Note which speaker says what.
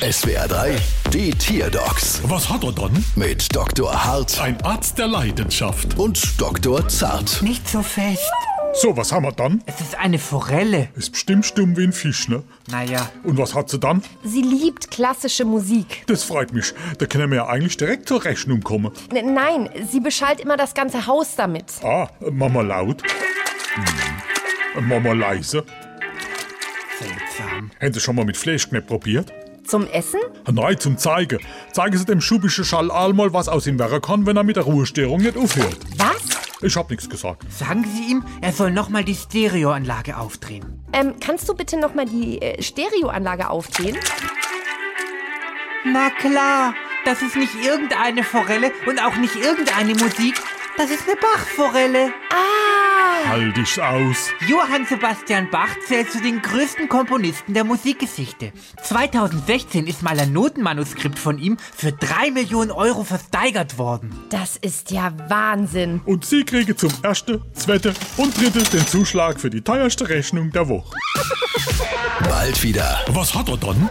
Speaker 1: SWR 3, die Tierdocs
Speaker 2: Was hat er dann?
Speaker 1: mit Dr. Hart
Speaker 2: Ein Arzt der Leidenschaft.
Speaker 1: und Dr. Zart.
Speaker 3: Nicht so fest.
Speaker 2: So, was haben wir dann?
Speaker 3: Es ist eine Forelle.
Speaker 2: Ist bestimmt stumm wie ein Fisch, ne?
Speaker 3: Naja,
Speaker 2: Und was hat sie dann?
Speaker 4: Sie liebt klassische Musik.
Speaker 2: Das freut mich. Da können wir ja eigentlich direkt zur Rechnung kommen.
Speaker 4: N nein, sie beschallt immer das ganze Haus damit.
Speaker 2: Ah, Mama laut. Hm. Mama leise.
Speaker 3: seltsam.
Speaker 2: Haben Sie schon mal mit Fleischknepp probiert?
Speaker 4: Zum Essen?
Speaker 2: Nein, zum Zeigen. Zeigen Sie dem schubischen Schall einmal, was aus ihm werden kann, wenn er mit der Ruhestörung nicht aufhört.
Speaker 4: Was?
Speaker 2: Ich hab nichts gesagt.
Speaker 3: Sagen Sie ihm, er soll nochmal die Stereoanlage aufdrehen.
Speaker 4: Ähm, kannst du bitte nochmal die äh, Stereoanlage aufdrehen?
Speaker 3: Na klar, das ist nicht irgendeine Forelle und auch nicht irgendeine Musik. Das ist eine Bachforelle.
Speaker 4: Ah,
Speaker 2: Halt ich's aus.
Speaker 3: Johann Sebastian Bach zählt zu den größten Komponisten der Musikgeschichte. 2016 ist mal ein Notenmanuskript von ihm für 3 Millionen Euro versteigert worden.
Speaker 4: Das ist ja Wahnsinn.
Speaker 2: Und Sie kriegen zum ersten, zweiten und dritten den Zuschlag für die teuerste Rechnung der Woche.
Speaker 1: Bald wieder.
Speaker 2: Was hat er dann?